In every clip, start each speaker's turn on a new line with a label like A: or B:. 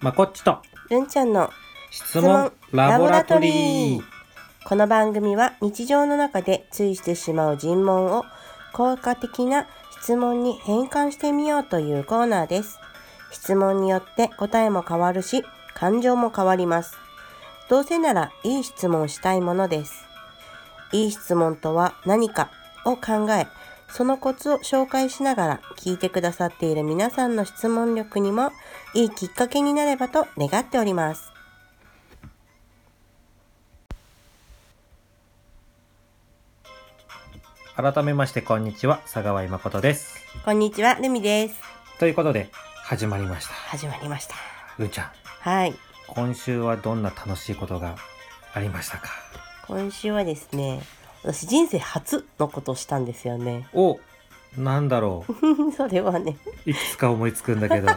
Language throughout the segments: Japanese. A: まこっちと
B: るんちゃんの
A: 質問ラボラトリー
B: この番組は日常の中でついしてしまう尋問を効果的な質問に変換してみようというコーナーです質問によって答えも変わるし感情も変わりますどうせならいい質問をしたいものですいい質問とは何かを考えそのコツを紹介しながら聞いてくださっている皆さんの質問力にもいいきっかけになればと願っております
A: 改めましてこんにちは佐川井誠です
B: こんにちはルミです
A: ということで始まりました
B: 始まりました
A: るんちゃん
B: はい
A: 今週はどんな楽しいことがありましたか
B: 今週はですね私人生初のことをしたんですよね
A: おなんだろ
B: それはね
A: ういくつか思いつくんだ けど
B: あ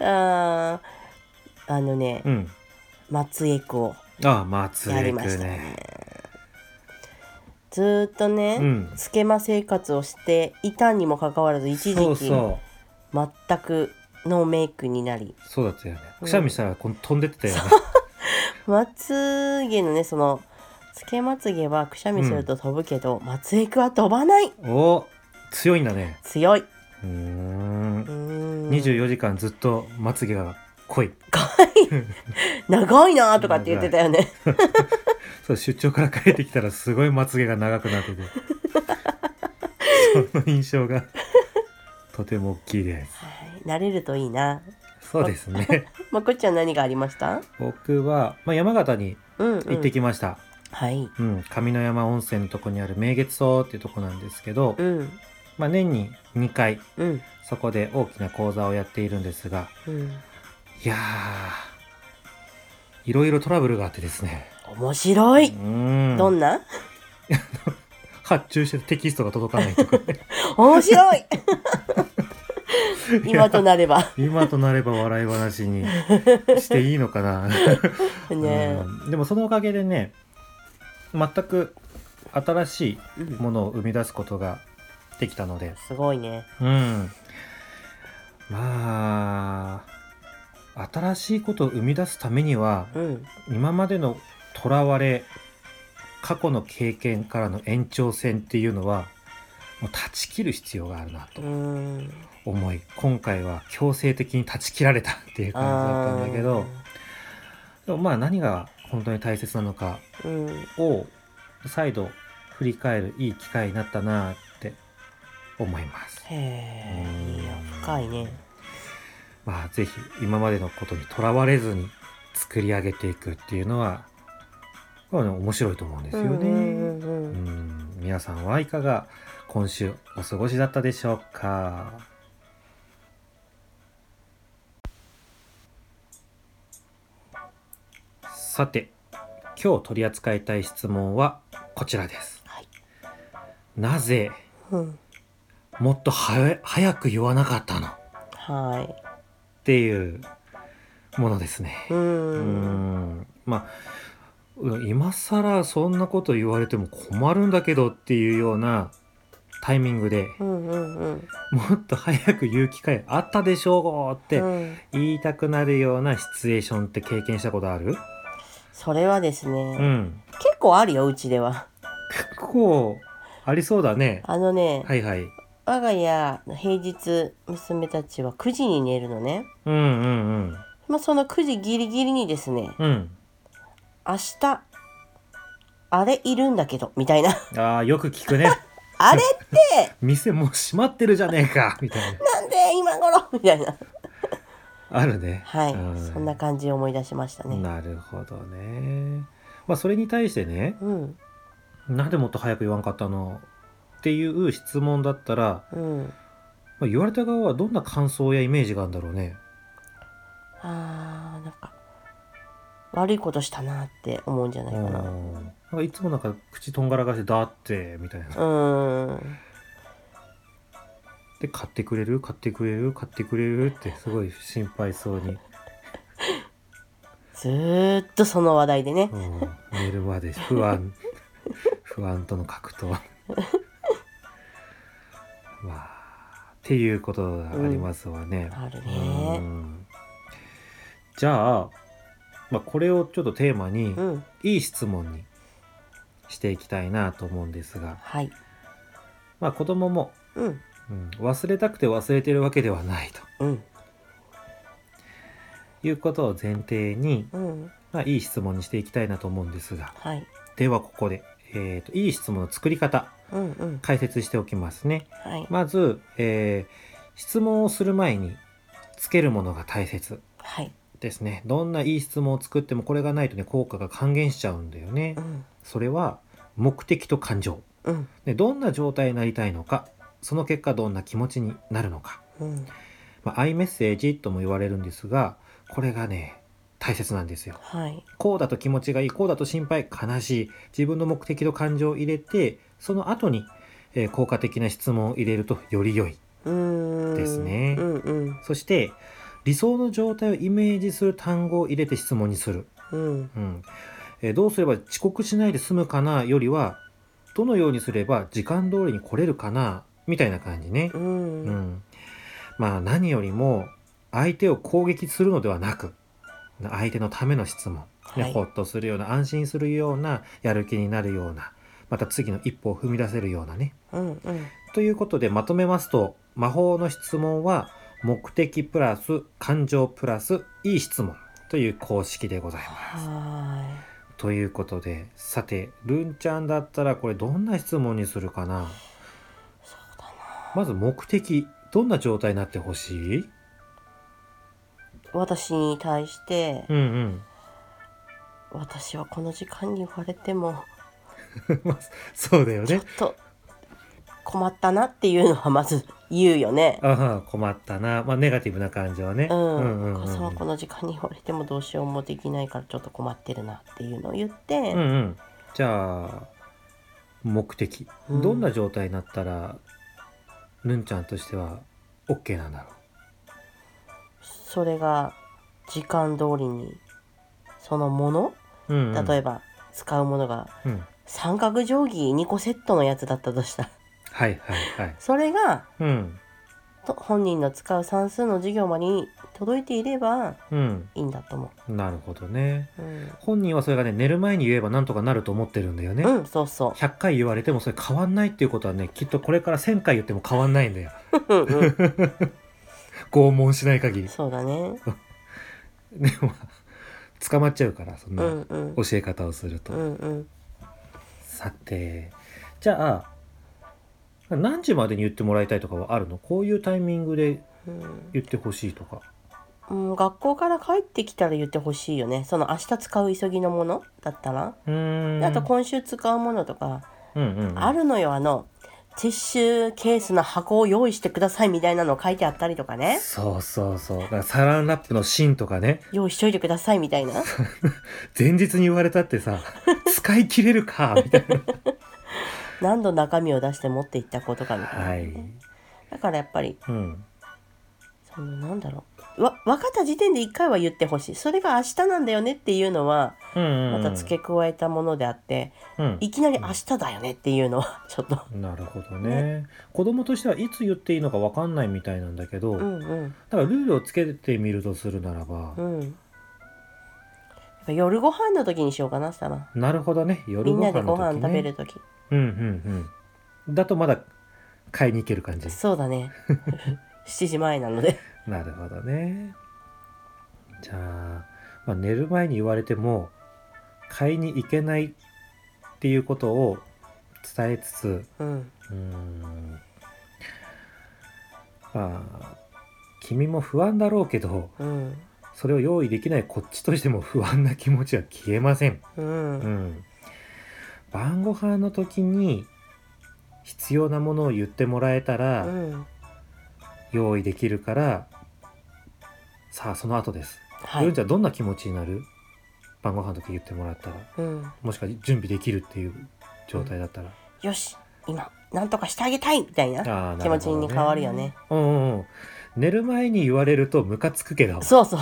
B: ーあのね
A: うん
B: 松江区を
A: ああ松
B: や
A: 江
B: り
A: 区
B: ましたね
A: ね
B: ずーっとね、
A: うん
B: つけま生活をしていたにもかかわらず一時期
A: そうそ
B: 全くノーメイクになり
A: うそうだったよね
B: うん
A: くしゃみしたらこん飛んでってたよね
B: まつげのねそのつけまつげはくしゃみすると飛ぶけど、まつエクは飛ばない
A: お強いんだね
B: 強いう
A: ーん
B: うーん
A: 24時間ずっとまつげが濃い
B: 長いなーとかって言ってたよね
A: そう出張から帰ってきたらすごいまつげが長くな っててその印象がとても大きいで
B: はい慣れるといいな
A: すそうですね
B: まこっちゃん何がありました
A: 僕は、まあ、山形に
B: うん、うん、
A: 行ってきました、
B: はい
A: うん上の山温泉のとこにある明月荘っていうとこなんですけど、
B: うん
A: まあ、年に2回
B: うん
A: そこで大きな講座をやっているんですが
B: うん
A: いやーいろいろトラブルがあってですね
B: 面白い、
A: うん
B: どんな
A: 発注してるテキストが届かないとかね
B: 面 白い今となれば
A: 今となれば笑い話にしていいのかな、
B: ね
A: うんでもそのおかげでね全く新し
B: え、
A: いものを生み出すことができたので、
B: すごいね
A: うん、まあ新しいことを生み出すためには
B: うん
A: 今までのとらわれ過去の経験からの延長線っていうのはもう断ち切る必要があるな
B: う
A: と
B: ーん
A: 思い今回は強制的に断ち切られたっていう感じだったんだけどでもまあ何が本当に大切なのか
B: あーうん
A: を再度振り返るいい機会になったなって思います。
B: へえいや
A: うん
B: 深いね
A: まあぜひ今までのことにとらわれずに作り上げていくっていうのはこれはね面白いと思うんですよね。
B: うんうんうんうん
A: うん皆さんはいかが今週お過ごしだったでしょうかさて今日取り扱いたい質問はこちらです、
B: はい
A: なぜ
B: うん
A: もっとはや早く言わなかったのっ
B: は
A: ていうものですね
B: いう
A: うんんまあ今更そんなこと言われても困るんだけどっていうようなタイミングで
B: うんうんうん
A: もっと早く言う機会あったでしょうって
B: うん
A: 言いたくなるようなシチュエーションって経験したことある
B: それはですね、
A: うん
B: 結構あるようちでは
A: 結構ありそうだね
B: あのね、
A: はいはい
B: 我が家の平日娘たちは9時に寝るのね
A: うんうん
B: まあその9時ギリギリにですね
A: うんうん
B: 明日あれいるんだけどみたい な
A: ああよく聞く ね
B: あれ
A: 店もう閉まってるじゃねえかみたいな
B: なんで今頃みたいな
A: あるね
B: はい、
A: うん
B: そんな感じを思い出しましたね
A: なるほどねまあそれに対してね
B: うん
A: なんでもっと早く言わんかったのっていう質問だったら、
B: うん
A: まあ、言われた側はどんな感想やイメージがあるんだろうね
B: あーなんか悪いことしたなって思うんじゃないか
A: うん
B: な
A: なんかいつもなんか口とんがらかして「だって」みたいな。
B: うんん
A: で買ってくれる買ってくれる買ってくれるってすごい心配そうに、
B: ずーっとその話題でね
A: うん、寝るまで不安 不安との格闘 まあっていうことがありますわね。
B: ある
A: う
B: ね
A: んじゃあ、まあ、これをちょっとテーマに、
B: うん
A: いい質問にしていきたいなと思うんですが、
B: はい
A: まあ、子供も、
B: うん
A: うん、忘れたくて忘れてるわけではないと
B: うん
A: いうことを前提に、
B: うん
A: まあ、いい質問にしていきたいなと思うんですが
B: はい
A: ではここで、えー、といい質問の作り方
B: うんうん
A: 解説しておきますね。
B: はい
A: まず、えー質問をする前につけるものが大切
B: はい
A: ですね。どんないい質問を作ってもこれがないとね効果が還元しちゃうんだよね
B: う。ん
A: それは目的と感情。
B: うん
A: でどんな状態になりたいのかその結果どんな気持ちになるのか、
B: うん
A: まあ、アイメッセージとも言われるんですがこれがね大切なんですよ
B: はい
A: こうだと気持ちがいいこうだと心配悲しい自分の目的と感情を入れてその後に、えー効果的な質問を入れるとより良いう
B: ーん
A: ですね
B: うんうん
A: そして理想の状態をイメージする単語を入れて質問にする、
B: うん
A: うんえーどうすれば遅刻しないで済むかなよりはどのようにすれば時間通りに来れるかなみたいな感じねう
B: う、
A: んん、まあ何よりも相手を攻撃するのではなく相手のための質問、ね
B: はい
A: ほっとするような安心するようなやる気になるようなまた次の一歩を踏み出せるようなね
B: うんうん
A: ということでまとめますと魔法の質問は目的プラス感情プラスいい質問という公式でございます。
B: は
A: ということでさてルンちゃんだったらこれどんな質問にするかなまず目的どんな状態になってほしい
B: ーい私に対して
A: うんうん
B: 私はこの時間に言われても
A: まあ そうだよ
B: ちょっ
A: ね。
B: と困ったなっていうのはまず言うよね。
A: ああ困ったな、まあ、ネガティブな感じはね。
B: うん、
A: うん
B: お母さんはこの時間に言われてもどうしようもできないからちょっと困ってるなっていうのを言って、
A: うんうんじゃあ目的、
B: うん
A: どんな状態になったらぬんちゃんとしては OK なんだろ
B: それが時間通りにそのもの
A: う、うんうん、
B: 例えば使うものが
A: うん、
B: 三角定規2個セットのやつだったとしたら
A: はいはいはい、
B: それが
A: うん
B: と本人の使う算数の授業までに届いていれば
A: うん、
B: いいんだと思
A: なるほどね
B: う。うん、
A: 本人はそれがね寝る前に言えばなんとかなると思ってるんだよね、
B: うん、そうそ
A: 100回言われてもそれ変わんないっていうことはねきっとこれから1000回言っても変わんないんだよ
B: う。うんうん
A: 拷問しない限り
B: そうだね。
A: でも捕まっちゃうからそん
B: う
A: なん
B: うん。
A: 教え方をすると、
B: うんうん。
A: さてじゃあ何時までに言ってもらいたいとかはあるのこういうタイミングで
B: うん
A: 言ってほしいとか
B: うん、学校から帰ってきたら言ってほしいよねその明日使う急ぎのものだったら、
A: うーん
B: あと今週使うものとか、
A: うんうんうん
B: あるのよあのティッシュケースの箱を用意してくださいみたいなの書いてあったりと かね
A: そうそうそうだからサランラップの芯とかね
B: 用意しといてくださいみた いな
A: 前日に言われたって さ使い切れるかみたいな
B: 何度中身を出して持っていったことかみたいな、
A: はい
B: だからやっぱり
A: うん
B: そのなんだろうわ分かった時点で1回は言ってほしいそれが明日なんだよねっていうのは
A: うんうんうん
B: また付け加えたものであって、
A: うん
B: いきなり明日だよねっていうのは ちょっと
A: なるほどね子供としてはいつ言っていいのか分かんないみたいなんだけど、
B: う
A: だ
B: んうん
A: からルールをつけてみるとするならば
B: う、ん。やっぱ夜ご飯の時にしようかな、したら。
A: なるほどね夜
B: みん
A: ご
B: な
A: 飯
B: で
A: の
B: ご
A: 時、ね、
B: 飯食べる時。
A: うんうんうん。だとまだ買いに行ける感じ。
B: そうだ ね。7時前なので。
A: なるほどね。じゃあ、まあ、寝る前に言われても、買いに行けないっていうことを伝えつつ、
B: うん。
A: うーん、まあ、君も不安だろうけど、
B: うん。
A: それを用意できないこっちとしても不安な気持ちは消えません。う
B: う。
A: んん。晩ご飯の時に必要なものを言ってもらえたら、
B: うん。
A: 用意できるからさあその後です、
B: は
A: ルン
B: い。
A: ちゃんどんな気持ちになる晩ご飯の時言ってもらったら
B: うん。
A: もしくは準備できるっていう状態だったら、
B: よし、今、なんとかしてあげたいみたい
A: あ
B: な
A: あな
B: 気
A: るほどね
B: 持ちに変わるよね。
A: うんうんうん寝る前に言われるとムカつくけど
B: そうそう。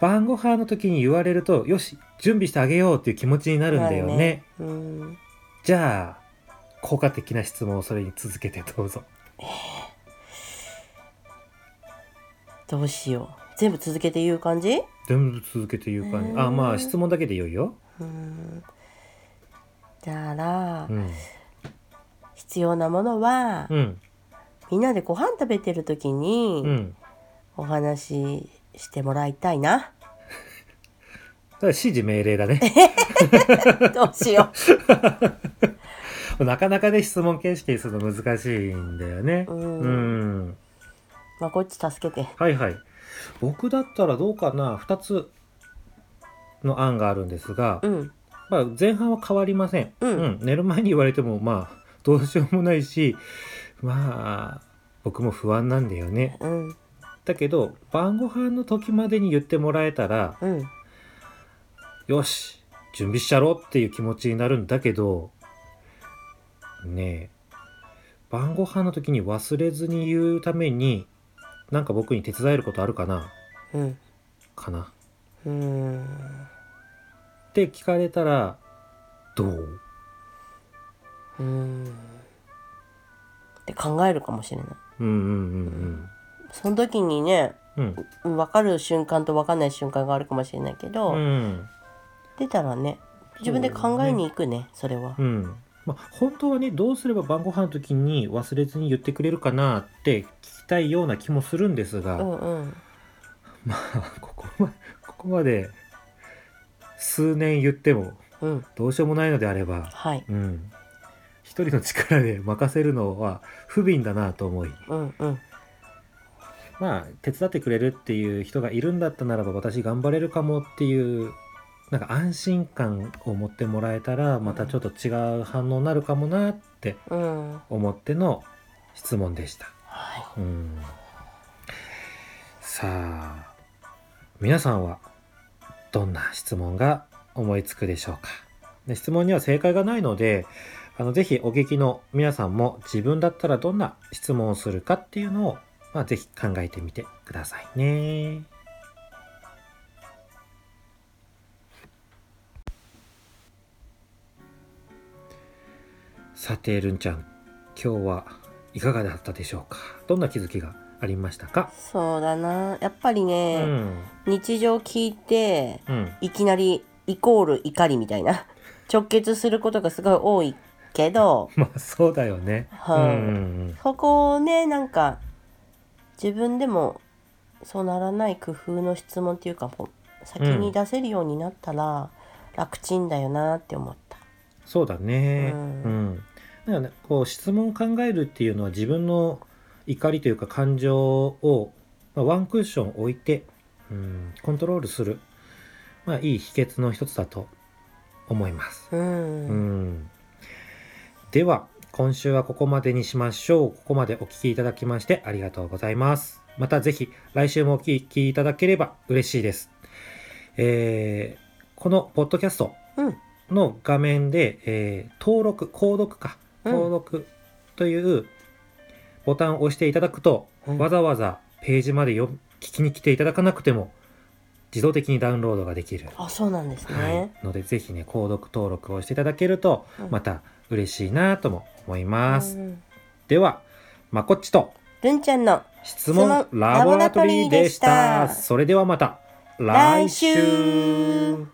A: 晩ご飯の時に言われるとよし準備してあげようっていう気持ちになるんだよね
B: なるねうん。
A: じゃあ効果的な質問をそれに続けてどうぞ
B: どうしよう。全部続けて言う感じ
A: 全部続けて言う感じ、あまあ質問だけでよいよ、
B: うーんだから、
A: うん
B: 必要なものは、
A: うん
B: みんなでご飯食べてる時に、
A: うん、
B: お話ししてもらいたいな
A: ただ指示命令だね
B: どうしよ
A: なかなかね質問形式にするの難しいんだよね
B: う、うん
A: うん
B: まあこっち助けて
A: はいはい僕だったらどうかな2つの案があるんですが、
B: うん
A: まあ、前半は変わりません、
B: うん
A: 寝る前に言われてもまあどうしようもないしまあ僕も不安なんだよね
B: うん
A: だけど晩ご飯の時までに言ってもらえたら
B: うん
A: よし準備しちゃろうっていう気持ちになるんだけどねえ晩ご飯の時に忘れずに言うためになんか僕に手伝えることあるかな
B: うん
A: かな
B: うん
A: って聞かれたらどう
B: うんって考えるかもしれない
A: うんうんうん
B: その時にね
A: うん
B: 分かる瞬間と分かんない瞬間があるかもしれないけど、
A: うんうん
B: 出たらね自分で考えに行くねそれは
A: うんまあ、本当はねどうすれば晩ご飯の時に忘れずに言ってくれるかなって聞きたいような気もするんですが、
B: うんうん
A: まあ ここまここまで数年言っても
B: うん
A: どうしようもないのであれば、
B: はい
A: うん、一人の力で任せるのは不憫だなと思い
B: うんうん
A: まあ手伝ってくれるっていう人がいるんだったならば私頑張れるかもっていうなんか安心感を持ってもらえたらまたちょっと違う反応になるかもなって
B: うん
A: 思っての質問でした。
B: は
A: うんさあ皆さんはどんな質問が思いつくでしょうかで質問には正解がないのであのぜひお聞きの皆さんも自分だったらどんな質問をするかっていうのを、まあ、ぜひ考えてみてくださいね。さてるんちゃん今日はいかがだったでしょうかどんな気づきがありましたか、
B: いそうだなやっぱり
A: う
B: ね、
A: ん
B: 日常聞いて
A: うん
B: いきなりイコール怒りみたいな直結することがすごい多いけど
A: まあそうだよね。
B: はい
A: うんうん
B: そこをねなんか自分でもそうならない工夫の質問っていうかもう先に出せるようになったら楽ちんだよなって思った。
A: そうだね。う
B: うん
A: ん。だからね、こう質問を考えるっていうのは自分の怒りというか感情を、まあ、ワンクッション置いて、うん、コントロールする、まあいい秘訣の一つだと思います。
B: うん、
A: うん。では、今週はここまでにしましょう。ここまでお聞きいただきましてありがとうございます。またぜひ来週もお聞きいただければ嬉しいです。えーこのポッドキャスト
B: うん
A: の画面で、えー登録、購読か、
B: うん
A: 登録というボタンを押していただくと、
B: うん
A: わざわざページまでよ聞きに来ていただかなくても自動的にダウンロードができる。
B: あそうなんです
A: は
B: ね。
A: い、のでぜひね購読登録をしていただけると
B: うん
A: また嬉しいなとも思います、
B: うん
A: ではまこっちと
B: るんちゃんの
A: 質問
B: 質問
A: ラボラトリーでした
B: ラボラトリーでした
A: それではまた
B: 来週